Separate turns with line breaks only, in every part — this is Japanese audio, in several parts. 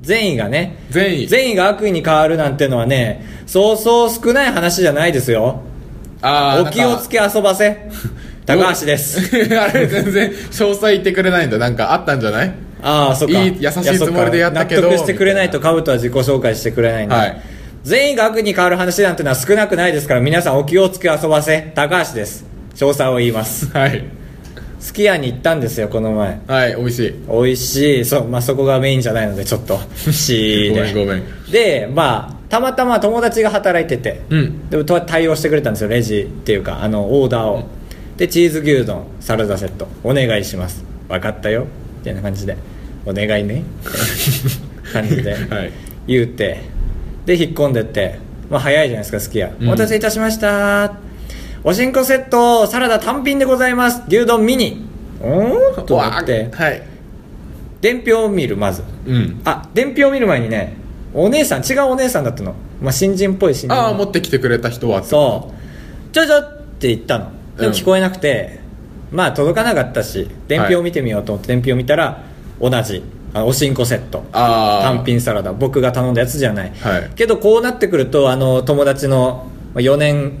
善意がね
善意
善意が悪意に変わるなんてのはねそうそう少ない話じゃないですよ
あ
お
ー
気をつけ遊ばせ高橋です
なんか あれ全然詳細言ってくれないんだなんかあったんじゃない
ああそっか
いい優しいつもりでやったけど
いやそっか納得してくれないとカブトは自己紹介してくれないんで、
はい
全員が悪に変わる話なんてのは少なくないですから皆さんお気をつけ遊ばせ高橋です詳細を言います
はい
すき家に行ったんですよこの前
はい美味しい
美味しいそう、まあ、そこがメインじゃないのでちょっとし
ご
ー
めんご
で
めん
でまあたまたま友達が働いてて、
うん
でもと対応してくれたんですよレジっていうかあのオーダーを、でチーズ牛丼サラダセットお願いします分かったよみたいな感じでお願いねみたいな感じで
はい
言うてで引っ込んでって、まあ、早いじゃないですかすき家お
うん
待たせいたしましたおしんこセットサラダ単品でございます牛丼ミニうんと思って
わあはい
伝票を見るまず
うん
あ伝票を見る前にねお姉さん違うお姉さんだったの、まあ、新人っぽい新人
ああ持ってきてくれた人は
そうちょちょって言ったのでも
うん
聞こえなくて、まあ届かなかったし伝票を見てみようと思って伝票を見たら同じあのおしんこセット
ああ
単品サラダ僕が頼んだやつじゃない、
はい
けどこうなってくるとあの友達のまあ4年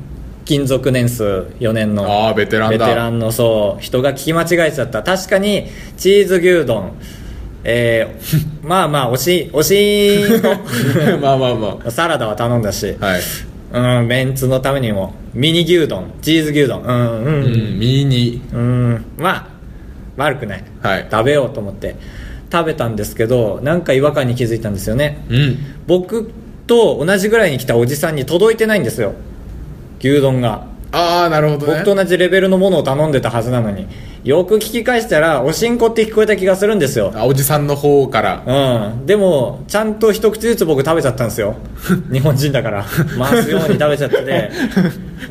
勤続年数4年の
あーベテランだ
ベテランのそう人が聞き間違えちゃった確かにチーズ牛丼えー、 まあまあ惜しい惜しい
まあまあま
の サラダは頼んだし、
あはい
うんメンツのためにもミニ牛丼チーズ牛丼うんう
うんんミニ
うんまあ悪くない、
はい
食べようと思って食べたんですけどなんか違和感に気づいたんですよね
うん
僕と同じぐらいに来たおじさんに届いてないんですよ牛丼が
ああなるほどね
僕と同じレベルのものを頼んでたはずなのによく聞き返したらおしんこって聞こえた気がするんですよ
あおじさんの方から
うんでもちゃんと一口ずつ僕食べちゃったんです よ日本人だから回すように食べちゃってて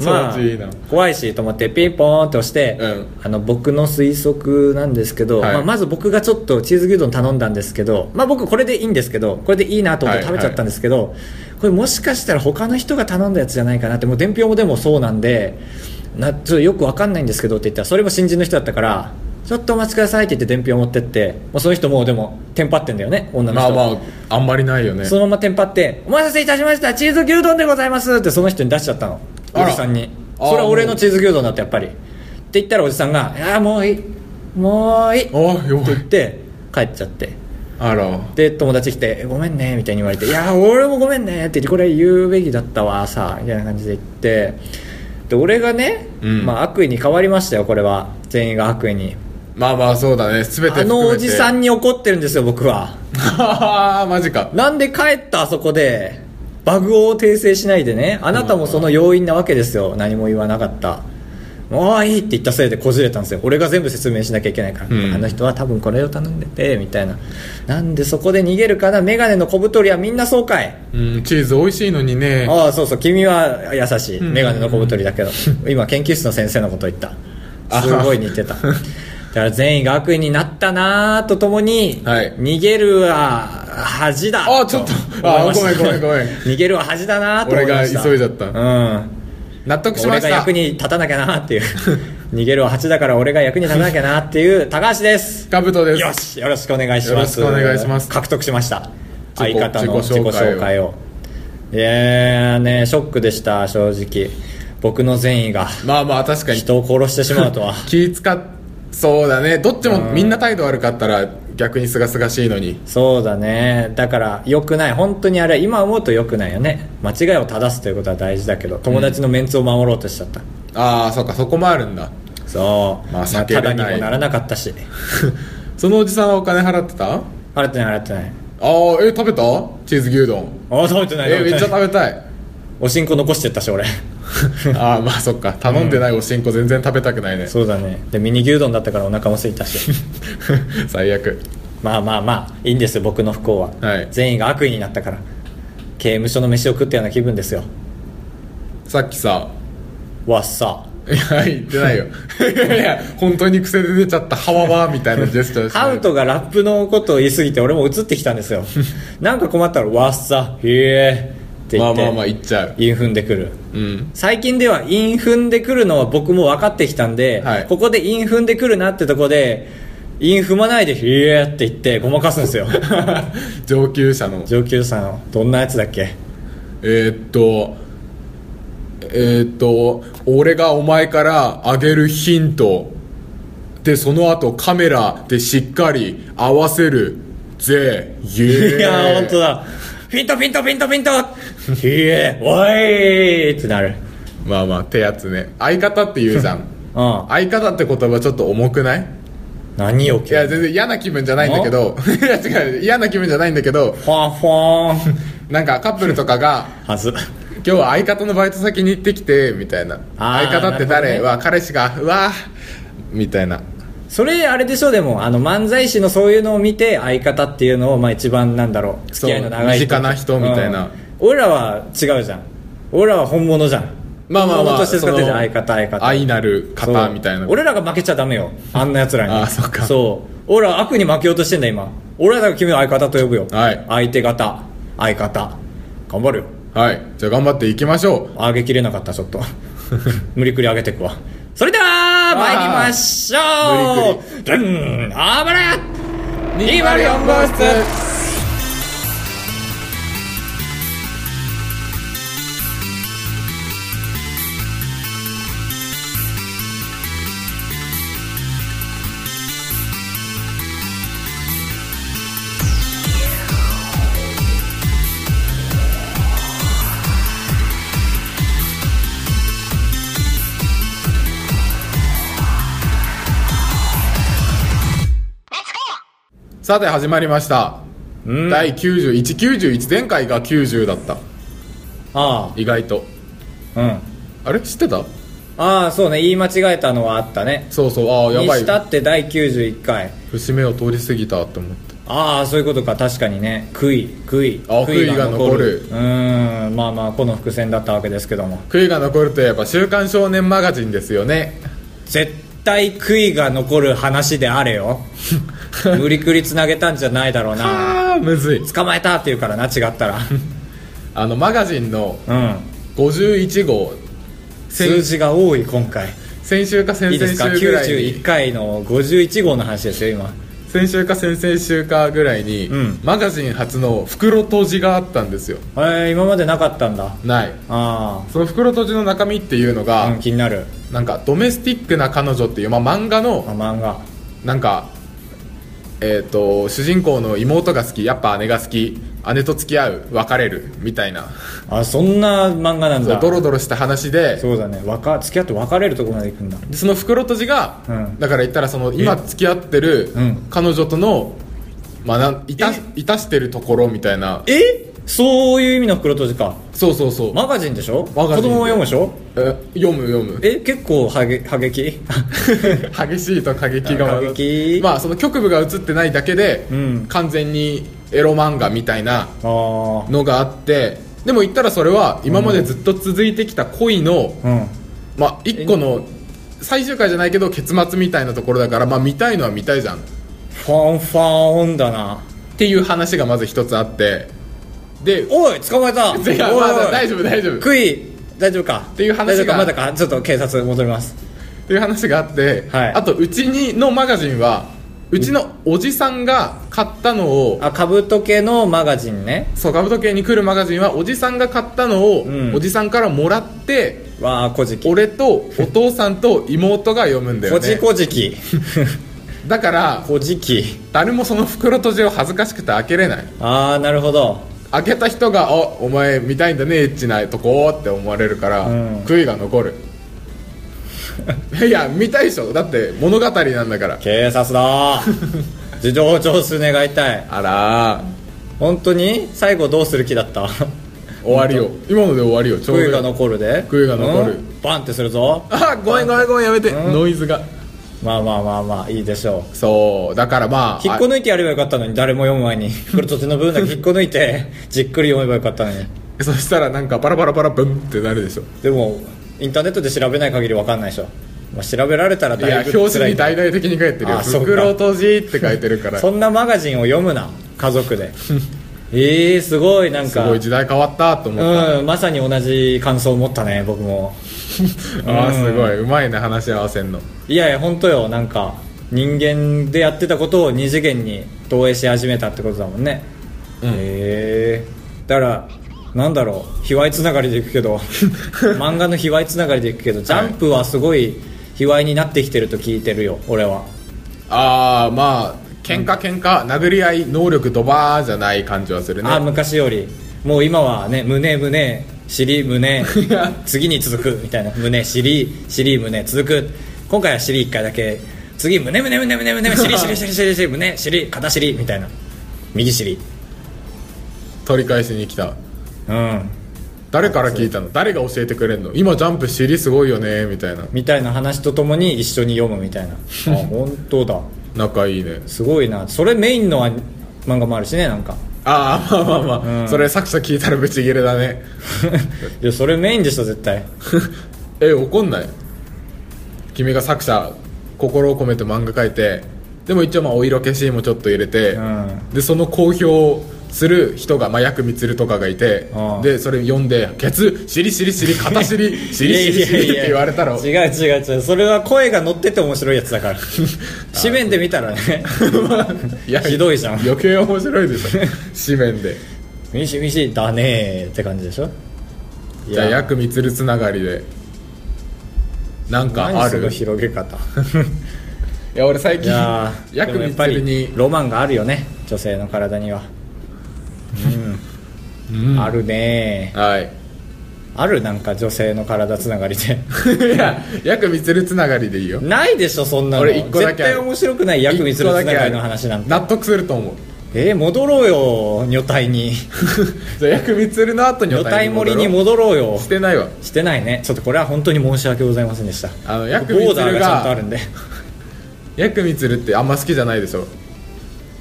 まあ
そういいな
怖いしと思ってピンポーンって押して、
うん
あの僕の推測なんですけど、
はい
まあ、まず僕がちょっとチーズ牛丼頼んだんですけど、まあ、僕これでいいんですけどこれでいいなと思って食べちゃったんですけど、これもしかしたら他の人が頼んだやつじゃないかなってもう伝票もでもそうなんでなちょっとよくわかんないんですけどって言ったらそれも新人の人だったから。ちょっとお待ちくださいって言って伝票持ってってもうその人もうでもテンパってんだよね女の
まあ
人
まああんまりないよね
そのままテンパって「お待たせいたしましたチーズ牛丼でございます」ってその人に出しちゃったの
あ
お
ら
じさんに
あー
それは俺のチーズ牛丼だったやっぱりって言ったらおじさんが「いやーもういいもういい」って
ああよ
言って帰っちゃって
あら
で友達来てえ「ごめんね」みたいに言われて「いやー俺もごめんね」って言ってこれ言うべきだったわさみたいな感じで言ってで俺がね、
うん
まあ、悪意に変わりましたよこれは全員が悪意に
まあまあそうだね全て
あのおじさ
ん
んに怒ってるんですよ僕は
ああマジか
なんで帰ったあそこでバグを訂正しないでねあなたもその要因なわけですよ何も言わなかったもういいって言ったせいでこじれたんですよ俺が全部説明しなきゃいけないから、
うん
あの人は多分これを頼んでてみたいななんでそこで逃げるかなメガネの小太りはみんなそうかい
うんチーズ美味しいのにね
ああそうそう君は優しい
うん
メガネの小太りだけど今研究室の先生のこと言った
あ
すごい似て ただから善意が悪意になったなぁとともに、
はい
逃げるは恥だ
あちょっとあ
思いました
ごめんごめんごめん
逃げるは恥だなぁと思いました
俺が急いじゃった
うん
納得しま
俺
し
が
た
役に立たなきゃな っていう逃げるは恥だから俺が役に立たなきゃなっていう高橋です
カブトです
よしよろしくお願いします
よろしくお願いします
獲得しました
自己
相方の
自
自
己
己
紹介を
紹介をいやーねショックでした正直僕の善意が
まあまあ確かに
人を殺してしまうと は
気使っそうだねどっちもみんな態度悪かったら逆にすがすがしいのに
そうだねだから良くない本当にあれ今思うと良くないよね間違いを正すということは大事だけど友達のメンツを守ろうとしちゃった、
ああそっかそこもあるんだ
そう、
まあ避けれ
た
な
だ
い
にもならなかったし
そのおじさんはお金払ってたあ
払ってない払ってない
あーえ食べたチーズ牛丼
あ食べてない
え
食べ
めってちゃ
ない
食べた い
おしんこ残してったし俺
ああまあそっか頼んでないおしんこ全然食べたくないね
そうだねでミニ牛丼だったからお腹も空いたし
最悪
まあまあまあいいんですよ僕の不幸は、
はい
善意が悪意になったから刑務所の飯を食ったような気分ですよ
さっきさ
わっさ
いや言って ないよいやいや本当に癖で出ちゃったはわわみたいなジェスチャーし て
ハウトがラップのことを言い過ぎて俺も映ってきたんです よなんか困ったらわっさへえって言
まあ
って、
まあまあ言っちゃう
韻踏んでくる
うん
最近では韻踏んでくるのは僕も分かってきたんで、
はい
ここで韻踏んでくるなってとこで韻踏まないで「いや」って言ってごまかすん ですよ
上級者の
上級さんどんなやつだっけ
えーっとえーっと俺がお前からあげるヒントでその後カメラでしっかり合わせるぜイエー
いやー本当だピントピントピントピントいえおいってなる
まあまあ手やつね相方って言うじゃん
うん
相方って言葉ちょっと重くない
何よ
いや
け
全然嫌な気分じゃないんだけど いや違う嫌な気分じゃないんだけど
ファンファン
なんかカップルとかが
はず
今日は相方のバイト先に行ってきてみたいな
あー
相方って
なる
誰
ほどね
は彼氏がうわーみたいな
それあれでしょでもあの漫才師のそういうのを見て相方っていうのをまあ一番なんだろう付き合いの長い
身近な人みたいな
うん俺らは違うじゃん俺らは本物じゃん
まあまあ
本
ま
物と
あ
して使ってるじゃん相方相方
愛なる方みたい
そ
な
う俺らが負けちゃダメよあんな奴らに
あーそっか
そう俺ら悪に負けようとしてんだ今俺らだから君を相方と呼ぶよ、
はい
相手方相方頑張るよ
はいじゃあ頑張っていきましょ
上げきれなかったちょっ と無理くり上げてくわそれでは参りましょう無理くりんあばらや
う
204号室
さて始まりました第9191前回が90だった
あ
意外と
あうん
あれ知ってた
ああそうね言い間違えたのはあったね
そうそうああやば
にした
い
って第91回
節目を通り過ぎたって思って
ああそういうことか確かにね悔い悔い
あ悔いが残る
うーんまあまあこの伏線だったわけですけども
悔いが残るといえば「週刊少年マガジン」ですよね
絶対悔いが残る話であれ よ無理くりつなげたんじゃないだろうな
ああむずい
捕まえたって言うからな違ったら
あのマガジンの
うん
51号
数
先
字が多い今回
先週か先
いいですか
々週ぐらいに
91回の51号の話ですよ今
先週か先々週かぐらいに、
うん
マガジン初の袋閉じがあったんですよ
えー、今までなかったんだ
ない
あ
その袋閉じの中身っていうの
あ、
が、
うん、気になる
なんか「ドメスティックな彼女」っていう、まあ、漫画
あ
の
漫画
なんかえっ、と主人公の妹が好きやっぱ姉が好き姉と付き合う別れるみたいな
あそんな漫画なん
そう
だ
ドロドロした話で
そうだねわか付き合って別れるとこまで行くんだ
でその袋閉じが、
うん
だから言ったらその今付き合ってる
うん
彼女との、まあ、なんいた
え
いたしてるところみたいな
えそういう意味の袋閉じか
そうそうそう、
マガジンでしょ
マガジン
子供も読むでしょ
え読む読む
え結構はげ過 激
激しいと過激が混ざっ
過激
まあその局部が映ってないだけで、
うん
完全にエロ漫画みたいな
あ
のがあってでも言ったらそれは今までずっと続いてきた恋の、
あうん
まあ一個の最終回じゃないけど結末みたいなところだからまあ見たいのは見たいじゃん
ファンファンオンだな
っていう話がまず一つあってで
おい捕まえた
いや
おい
ま
お
だ
い
大丈夫大丈夫っ
クイ大丈夫かって
いう話が
まだかちょっと警察戻ります
ていう話があって、
はい
あとうちにのマガジンはうちのおじさんが買ったのを
あ株時計のマガジンね
そうガブ時計に来るマガジンはおじさんが買ったのを、
うん
おじさんからもらって
わあこじき
俺とお父さんと妹が読むんだよ
こじ
ね
こじ き
だから
こじき
誰もその袋閉じを恥ずかしくて開けれない
ああなるほど
開けた人が「おお前見たいんだねエッチなとこ」って思われるから、
うん
悔いが残るいや見たいでしょだって物語なんだから
警察だ 事情聴取願いたい
あら
本当に最後どうする気だった
ー終わりよ今ので終わりよちょうど
悔いが残るで
悔いが残る
うんバンってするぞ
あごめんごめんごめんやめて、
うん
ノイズが
まあまあまあまあいいでしょう
そうだからまあ
引っこ抜いてやればよかったのに誰も読む前 にこれ土地の分だけ引っこ抜いてじっくり読めばよかったのに
あそしたらなんかバラバラバラブンってなるでしょ
でもインターネットで調べない限りわかんないでしょ、まあ、調べられたら
いや
だいぶ
表
辛い
紙
けど
に大々的に書いてるよ
あ
「
そうか
袋閉じ」って書いてるからす
そんなマガジンを読むな家族 でえー、すごいなんか
ごい時代変わったと思った、
うんまさに同じ感想を持ったね僕も
ああすごいうまいね話し合わせんの
いやいや本当よなんか人間でやってたことを二次元に投影し始めたってことだもんね、
うん
へえだからなんだろう卑猥つながりでいくけど漫画の卑猥つながりでいくけどジャンプはすごい卑猥になってきてると聞いてるよ俺は
ああまあ喧嘩喧嘩殴り合い能力ドバーじゃない感じはするね
あ昔よりもう今はね胸胸尻胸
いや
次に続くみたいな胸尻尻胸続く今回は尻1回だけ次胸胸胸胸胸尻尻尻尻尻胸尻片尻みたいな右尻
取り返しに来た
うん
誰から聞いたの誰が教えてくれんの今ジャンプ尻すごいよねみたいな
みたいな話とともに一緒に読むみたいなあ本当だ
仲いいね
すごいなそれメインのアニ漫画もあるしねなんか
あ あまあまあまあ、
うん
それ作者聞いたらブチギレだね
いやそれメインでしょ絶対
え怒んない君が作者心を込めて漫画描いてでも一応まあお色気シーンもちょっと入れて、
うん
でその公表する人が、まあ、薬満とかがいて
うん
でそれ読んで「ケツシリシリシリ片シ リシリシリシリ」って言われたら
いやいやいや違う違う違うそれは声が乗ってて面白いやつだから紙面で見たらね
いや
ひどいじゃん
余計面白いで しょ紙面で
ミシミシだねーって感じでしょい
じゃあ薬満つながりでなんか
何
あ
その
る
広げ方
いや俺最
い
近
やーで
薬
もやっぱ
満に
りロマンがあるよね女性の体にはうん、あるねー
はい
あるなんか女性の体つながりで
いや薬満つながりでいいよ
ないでしょそんなの
俺一個だけあ
絶対
る
面白くない薬味するつながりの話なんて
納得すると思う
えー、戻ろうよ女体に
じゃあ薬満の後に
女体森に
戻ろ
戻ろうよ
うしてないわ
してないねちょっとこれは本当に申し訳ございませんでした
あの薬味
ボーダー
鶴
が
が
ちゃんとあるんで
薬満ってあんま好きじゃないでしょ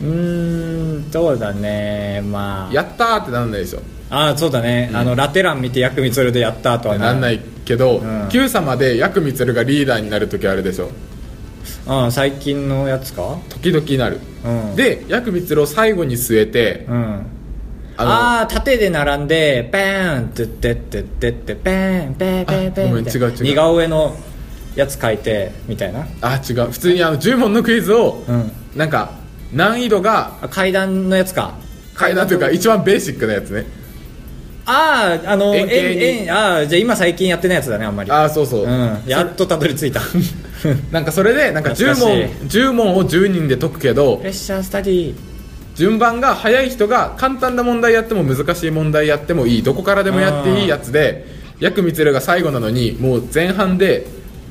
うーんそうだねまあ
やったーってなんないでしょ
あーそうだね、あのラテラン見て薬味それでやったとは
なんないけど、
ん
Q 様で薬満がリーダーになる時あるでしょ
うん最近のやつか
時々なる、
うん
で薬満を最後に据えて、
うん
あの
ああー縦で並んでペーンってってってってってペーンペーンペーンペ
あご
ー
め
ン
ん
みた
違
いうな
違う
似顔絵のやつ書いてみたいな
あ違う普通にあの10問のクイズを、
うん
なんか難易度が
あ階段のやつか
階段というか一番ベーシックなやつね
あああの
円形に
円円ああじゃあ今最近やってないやつだねあんまり
ああそうそう、
うんやっとたどり着いた
なんかそれでなんか10問
懐かし
10問を10人で解くけど
プレッシャースタディ
順番が早い人が簡単な問題やっても難しい問題やってもいいどこからでもやっていいやつで薬満が最後なのにもう前半で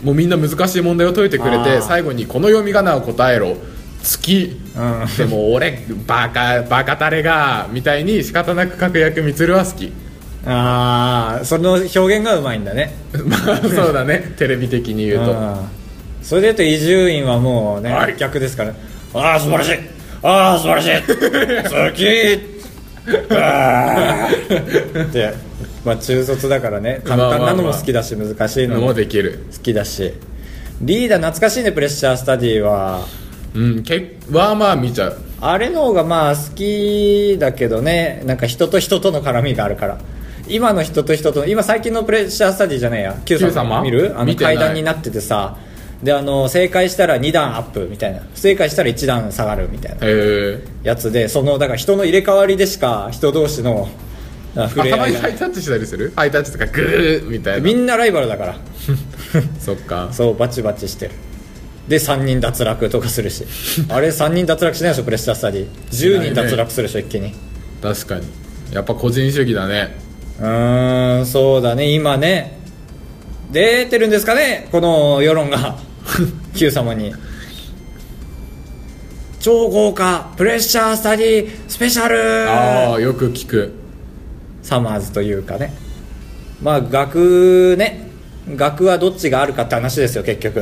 もうみんな難しい問題を解いてくれ
あ
て
ー
最後に「この読み仮名を答えろ」「月」
うん
でも俺バカバカタレが」みたいに仕方なく書く薬満は好き
ああその表現がうまいんだね
まあそうだねテレビ的に言うと
あーそれで言うと伊集院はもうね、
はい
逆ですからああ素晴らしいああ素晴らしい好 きあーって、まあ、中卒だからね簡単なのも好きだし難しいの
の
も
も
好
できる
きだしリーダー懐かしいねプレッシャースタディは
うんけまあまあ見ちゃう
あれの方がまあ好きだけどねなんか人と人との絡みがあるから今の人と人と今最近のプレッシャースタディじゃねえや Q
さ
さ
んも
ん見るあの
見てない
階段になっててさであの正解したら2段アップみたいな不正解したら1段下がるみたいな
えー
やつでそのだから人の入れ替わりでしか人同士のあ触れ
頭
合い
に
が
ハ
な
イ
い
タッチしたりするハイタッチとかグーみたいな
みんなライバルだから
そっか
そうバチバチしてるで3人脱落とかするしあれ3人脱落しないでしょプレッシャースタディ10人脱落するでしょ一気に
確かにやっぱ個人主義だね
うーんそうだね今ね出てるんですかねこの世論が Q 様に超豪華プレッシャースタディスペシャ
あ
ル
あよく聞く
サマーズというかねまあ学ね学はどっちがあるかって話ですよ結局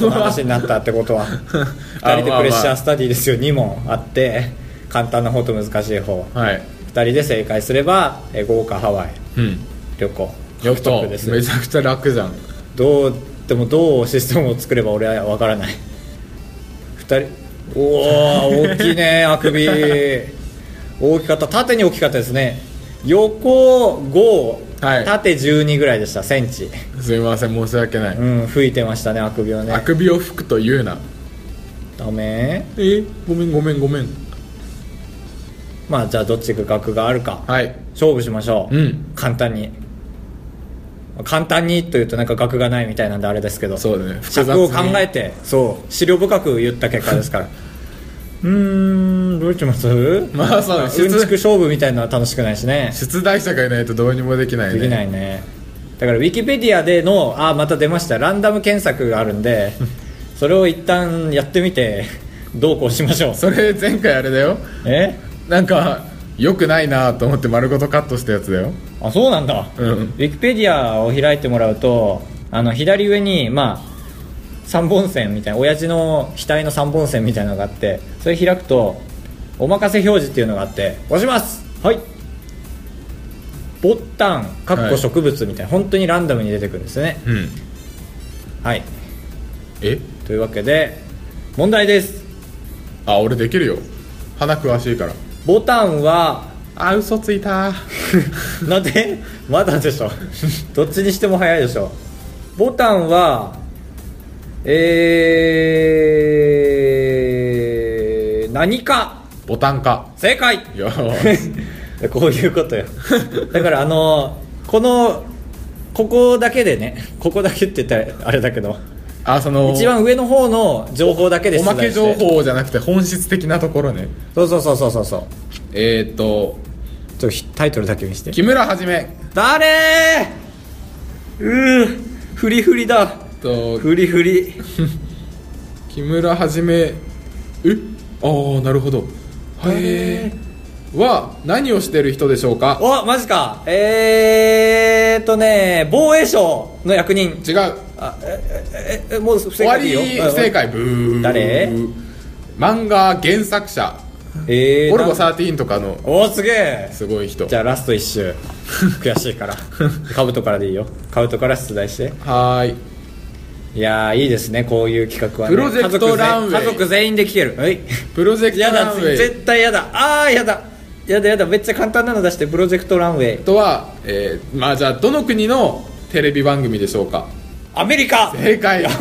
この話になったってことは
あ
2人でプレッシャースタディですよ2問あって簡単な方と難しい方
はい
2人で正解すればえ豪華ハワイ
うん
旅行
よくと
獲得
め
です
ちゃくちゃ楽じゃん
どうでもどうシステムを作れば俺は分からない2人おお大きい ねあくび大きかった縦に大きかったですね横5、
はい
縦12ぐらいでしたセンチ
すみません申し訳ない、
うん吹いてましたねあくびをね
あくびを吹くと言うな
ダメ
えごめんごめんごめん
まあじゃあどっちが額があるか
はい
勝負しましょう、
うん
簡単に簡単にというとなんか額がないみたいなんであれですけど
そうだね複雑に
尺を考えてそう資料深く言った結果ですから うーんどうし ます
まあそう
うんちく勝負みたいなのは楽しくないしね
出題者がいないとどうにもできないね
できないねだからウィキペディアでのあまた出ましたランダム検索があるん でそれを一旦やってみてどうこうしましょう
それ前回あれだよ
え
なんか良くないなと思って丸ごとカットしたやつだよ
あそうなんだ
うん
ウィキペディアを開いてもらうとあの左上にまあ三本線みたいな親父の額の三本線みたいなのがあってそれ開くと「お任せ表示」っていうのがあって押しますはいボタンかっこ植物みたいな、本当にランダムに出てくるんですね
うん
はい
え
というわけで問題です
あ俺できるよ花詳しいから
ボタンは
あ嘘ついた
なんでまだでしょどっちにしても早いでしょボタンはえー、何か
ボタンか
正解
よーし
こういうことよだからあのこのここだけでねここだけって言ったらあれだけど
あその
一番上の方の情報だけで
お
出
ま
題
け
して
情報じゃなくて本質的なところね
そうそうそうそうそうそう
えー、っと
ちょっとタイトルだけ見せて
木村はじめ
誰うーフリフリだ
と
フリフリ
木村はじめえああなるほどはいは何をしてる人でしょうか
おマジかえーっとね防衛省の役人
違う
あえええもう不正
終わ
解で
り
いいよ
不正解ブー
誰
漫画原作者
うんえー、
オルゴ
なん
13とかの
おーすげえ
すごい人
じゃあラスト一周 悔しいからカブトからでいいよカブトから出題して
はーい
いやーいいですねこういう企画は、ね、
プロジェクトランウェイ
家族全家族全員できてるはい
プロジェクト
や
ラ
だ
ンウェイ
絶対やだあーやだやだやだめっちゃ簡単なの出してプロジェクトランウェイ
とは、えー、まあじゃあどの国のテレビ番組でしょうか
アメリカ
正解
よし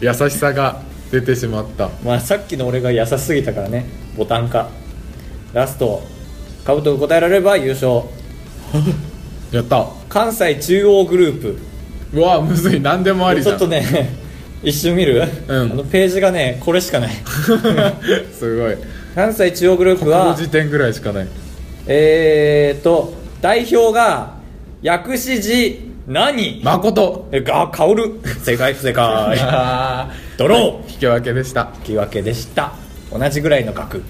優しさが出てしまった
まあさっきの俺が優しすぎたからねボタンかラストカブトが答えられれば優勝
やった
関西中央グループ
うわむずい何でもあり
ち
じ
ょ
ゃ
っ
ん
とね 一瞬見る、
うん
あのページがねこれしかない
すごい
関西中央グループ
この
は
時点ぐらいしかない
えーと代表が薬師寺何、
誠
えが薫正解不正解
あ
ドロ
ー引き分けでした
ー引き分けでした同じぐらいの額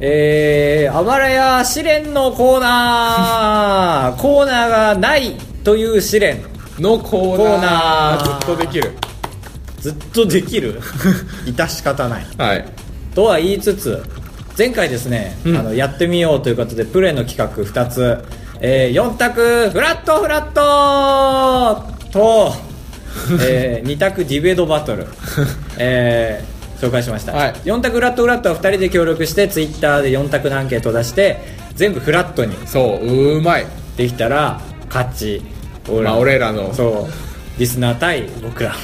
えー、あばらや試練のコーナーコーナーがないという試練
のコーナー
コーナー
ずっとできる
ずっとできる 致し方ない
はい
とは言いつつ前回ですね、
うん
あのやってみようということでプレーの企画2つ、え4択フラットフラット と、え2択ディベートバトル、えー紹介しました、
はい
4択フラットフラットは2人で協力してツイッターで4択のアンケートを出して全部フラットに
そううまい
できたら勝ち俺
まあ俺らの
そうリスナー対僕ら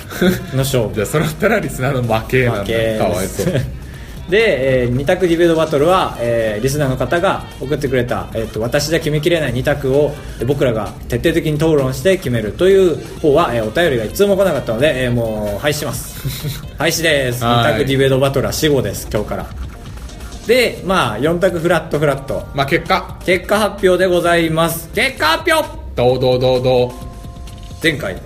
の勝負
じゃあそったらリスナーの負けなんだ
負け
かわいそう
で、え2択ディベートバトルは、えーリスナーの方が送ってくれた、えー、と私じゃ決めきれない2択をえー僕らが徹底的に討論して決めるという方は、えーお便りが一通も来なかったので、えーもう廃止します 廃止です2
はい
択ディベートバトルは死後です今日からでまあ4択フラットフラット
まあ結果
結果発表でございます結果発表
堂々堂々、
前回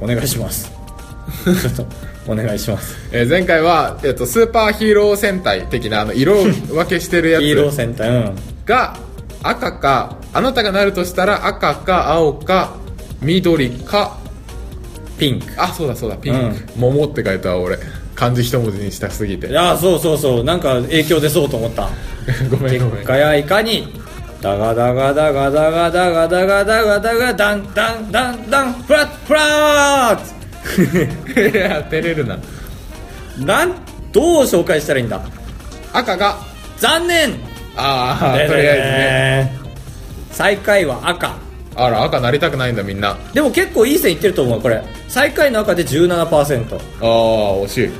お願いします ちょっとお願いします
えー前回は、えっとスーパーヒーロー戦隊的なあの色分けしてるや
ヒーロー
つ
戦隊うん
が赤かあなたがなるとしたら赤か青か緑か
ピンク
あそうだそうだピンク、桃って書いたわ俺漢字一文字にしたすぎて
いやーそうそうそうなんか影響出そうと思った
ごめんごめん
ガヤいかにダガダガダガダガダガダガダガダガダンダンダンダンフラッフラッ
いや照れるな
なんどう紹介したらいいんだ
赤が
残念
ああとりあえ
ずね最下位は赤
ずねあら赤なりたくないんだみんなあ
でも結構いい線いってると思うこれ最下位の赤で17%
あー惜しい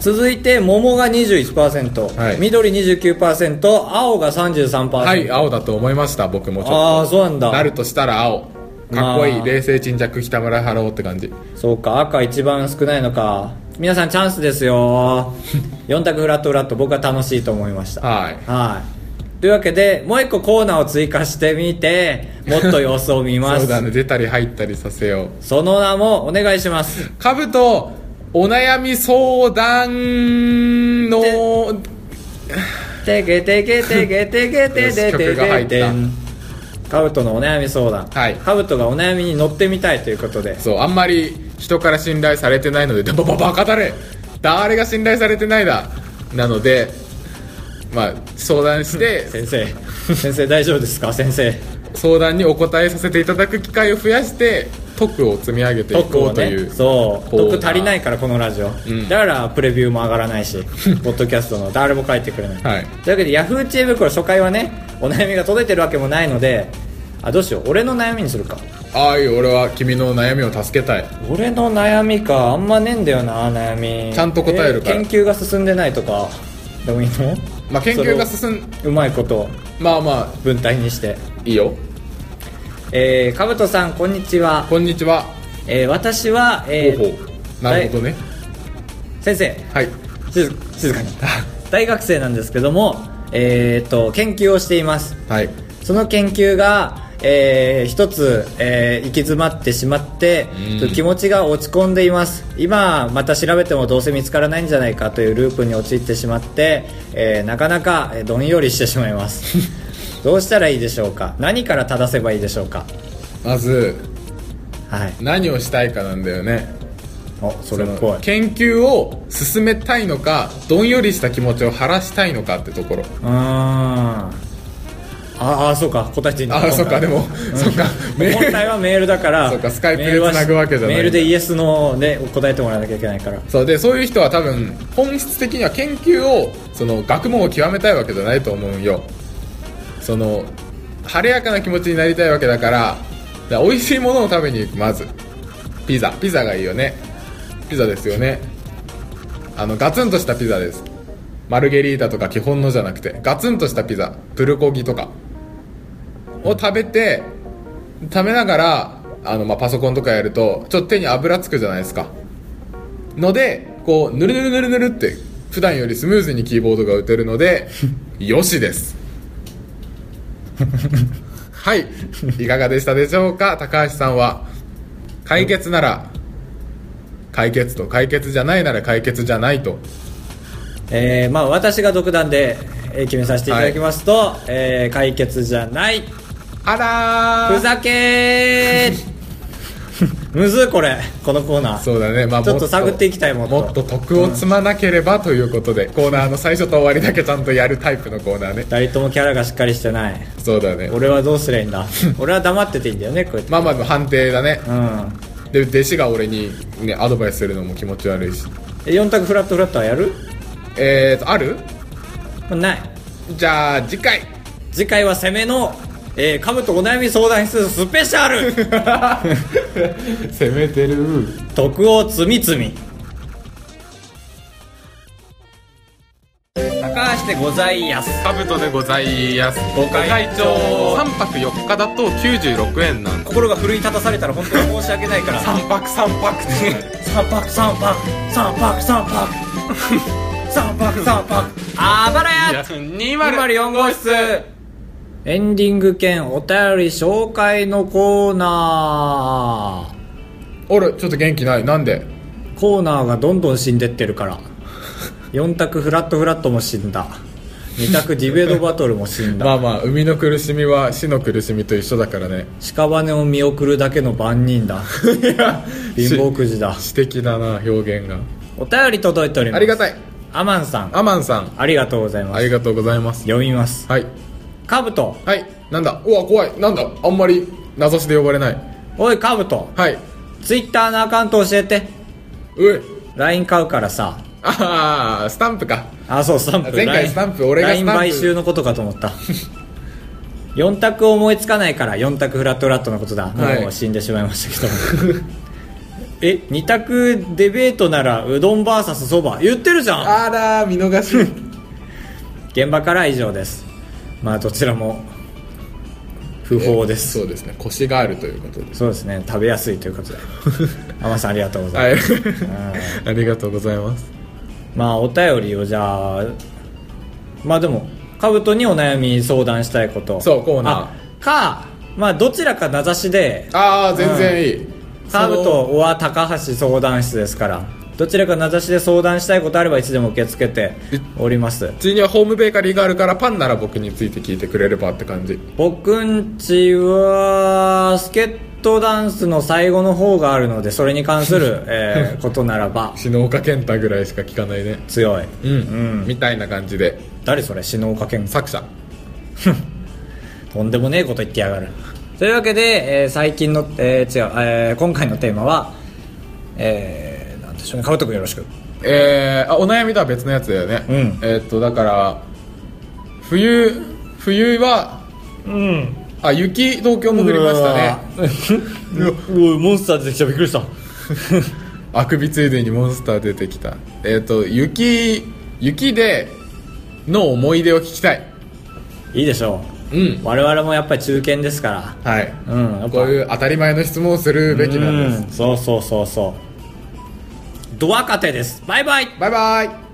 続いて桃が21%、
はい
緑29%青が33%、
はい青だと思いました僕もちょっと
ああそうなんだ
なるとしたら青かっこい
あ
い
ー
冷静沈着北村ハローって感じ
そうか赤一番少ないのか皆さんチャンスですよ 4択フラットフラット僕は楽しいと思いました
はい
はいというわけでもう一個コーナーを追加してみてもっと様子を見ま す
そうだね出たり入ったりさせよう
その名もお願いします
かぶとお悩み相談の
てけてけてけて けてて
曲
て
が入
て
って
んカブトのお悩み相談
はい
カブトがお悩みに乗ってみたいということで
そうあんまり人から信頼されてないのでバババカだれ誰が信頼されてないだなのでまあ相談して
先生先生大丈夫ですか先生
相談にお答えさせていただく機会を増やして徳を積み上げてい
徳
こ
を
うと
ね
いう
そう
コーナー
徳足りないからこのラジオ、
ん
だからプレビューも上がらない しポッドキャストの誰も書いてくれない、
はい
というわけで Yahoo 知恵袋初回はねお悩みが届いてるわけもないのであどうしよう俺の悩みにするか
ああい俺は君の悩みを助けたい
俺の悩みかあんまねえんだよな悩み
ちゃんと答えるから
研究が進んでないとかでもいいの
まあ研究が進
そ
ん
れをうまいこと
まあまあ
文体にして
いいよ
えー、かぶとさんこんにちは、
こんにちは
えー、私は、え
ほう
ー
ほうなるほどね
先生
はい
静静かに大学生なんですけどもえー、と研究をしています
はい
その研究が、えー一つ、えー行き詰まってしまって
うん
気持ちが落ち込んでいます今また調べてもどうせ見つからないんじゃないかというループに陥ってしまって、えーなかなかえーどんよりしてしまいます どうしたらいいでしょうか何から正せばいいでしょうか
まず
はい
何をしたいかなんだよね
おそれっぽい
研究を進めたいのかどんよりした気持ちを晴らしたいのかってところ
うーんああそうか答えていいんだ
ああそっかでもそっか メ
本
ー
体
ル
はメールだから
そうかスカイプで
メールは
繋ぐわけじゃないんだ
メールでイエスので答えてもらわなきゃいけないから
そうでそういう人は多分本質的には研究をその学問を極めたいわけじゃないと思うんよその晴れやかな気持ちになりたいわけだからだから美味しいものを食べに行くまずピザピザがいいよねピザですよねあのガツンとしたピザですマルゲリータとか基本のじゃなくてガツンとしたピザプルコギとかを食べて食べながらあの、まあ、パソコンとかやるとちょっと手に油つくじゃないですかのでこうぬるぬるぬるぬるって普段よりスムーズにキーボードが打てる のでよしですはいいかがでしたでしょうか高橋さんは解決なら解決と解決じゃないなら解決じゃないと
えーまあ私が独断でえー決めさせていただきますと、えー解決じゃない
あらー
ふざけー むずいこれこのコーナー
そうだね、まあ、
ちょっ
も
と探っていきたいもっと
もっと得を積まなければということで、コーナーの最初と終わりだけちゃんとやるタイプのコーナーね
二人ともキャラがしっかりしてない
そうだね
俺はどうすりゃいい んだ俺は黙ってていいんだよねこうやって
まあまあの判定だね
うん
で弟子が俺に、ね、アドバイスするのも気持ち悪いし
え4択フラットフラットはやる、
えーとある
まあない
じゃあ次回
次回は攻めのえー、株とお悩み相談室スペシャ ル
攻めてる
徳を積み積み高橋でございやす
カブトでございます
ご会長
3泊4日だと96円なんで
心が奮い立たされたら本当に申し訳ないから三
3泊3泊って
泊三泊三泊三 泊三泊三泊あばらや
204号室
エンディング兼お便り紹介のコーナ
あれちょっと元気ないなんで
ーコーナーがどんどん死んでってるから4択フラットフラットも死んだ2択ディベートバトルも死んだ
まあまあ海の苦しみは死の苦しみと一緒だからね
屍を見送るだけの番人 だ貧乏くじだ
詩的だな表現が
お便り届いております
ありがたい
アマンさん
アマンさん
ありがとうございま
あり
す
がとうございます
読みます
はい
カブト
はいなんだうわ怖いなんだあんまり名指しで呼ばれない
おいカブト
はい
ツイッターのアカウント教えて
うい
LINE 買うからさ
ああスタンプか
あそうスタンプ
前回スタンプ俺がスタンプ
LINE 買収のことかと思った 4択思いつかないから4択フラットフラットのことだ、
はい
もう死んでしまいましたけど え二2択デベートならうどん VS そば言ってるじゃん
あら見逃し
現場からは以上ですまあどちらも不法です
そうですね腰があるということです
そうですね食べやすいという ことで天野さんありがとうござ
はいい
ます、
ありがとうございます
まあお便りをじゃあまあでもカブトにお悩み相談したいこと
そうコーナ
ーかまあどちらか名指しで
ああ全然いい、
カブトは高橋相談室ですからどちらか名指しで相談したいことあればいつでも受け付けております
うちにはホームベーカリーがあるからパンなら僕について聞いてくれればって感じ
僕んちはスケットダンスの最後の方があるのでそれに関す る、えーことならば
篠岡健太ぐらいしか聞かないね
強い
うん、
うん
みたいな感じで
誰それ篠岡健
作者
とんでもねえこと言ってやがるというわけで、えー最近の、えー違う、えー今回のテーマはえー、なんでしょうねかぶとくんよろしく
えー、あお悩みとは別のやつだよね、
うん
えーっとだから冬冬は
うん
あ雪東京も降りましたね
ね うわモンスター出てきたびっくりした
あくびついでにモンスター出てきたえーっと雪雪での思い出を聞きたい
いいでしょ
う
うん我々もやっぱり中堅ですから
はい
うんやっぱ
こういう当たり前の質問をするべきなんです
うんそうそうそうそうドアカテですバイバイ
バイバイ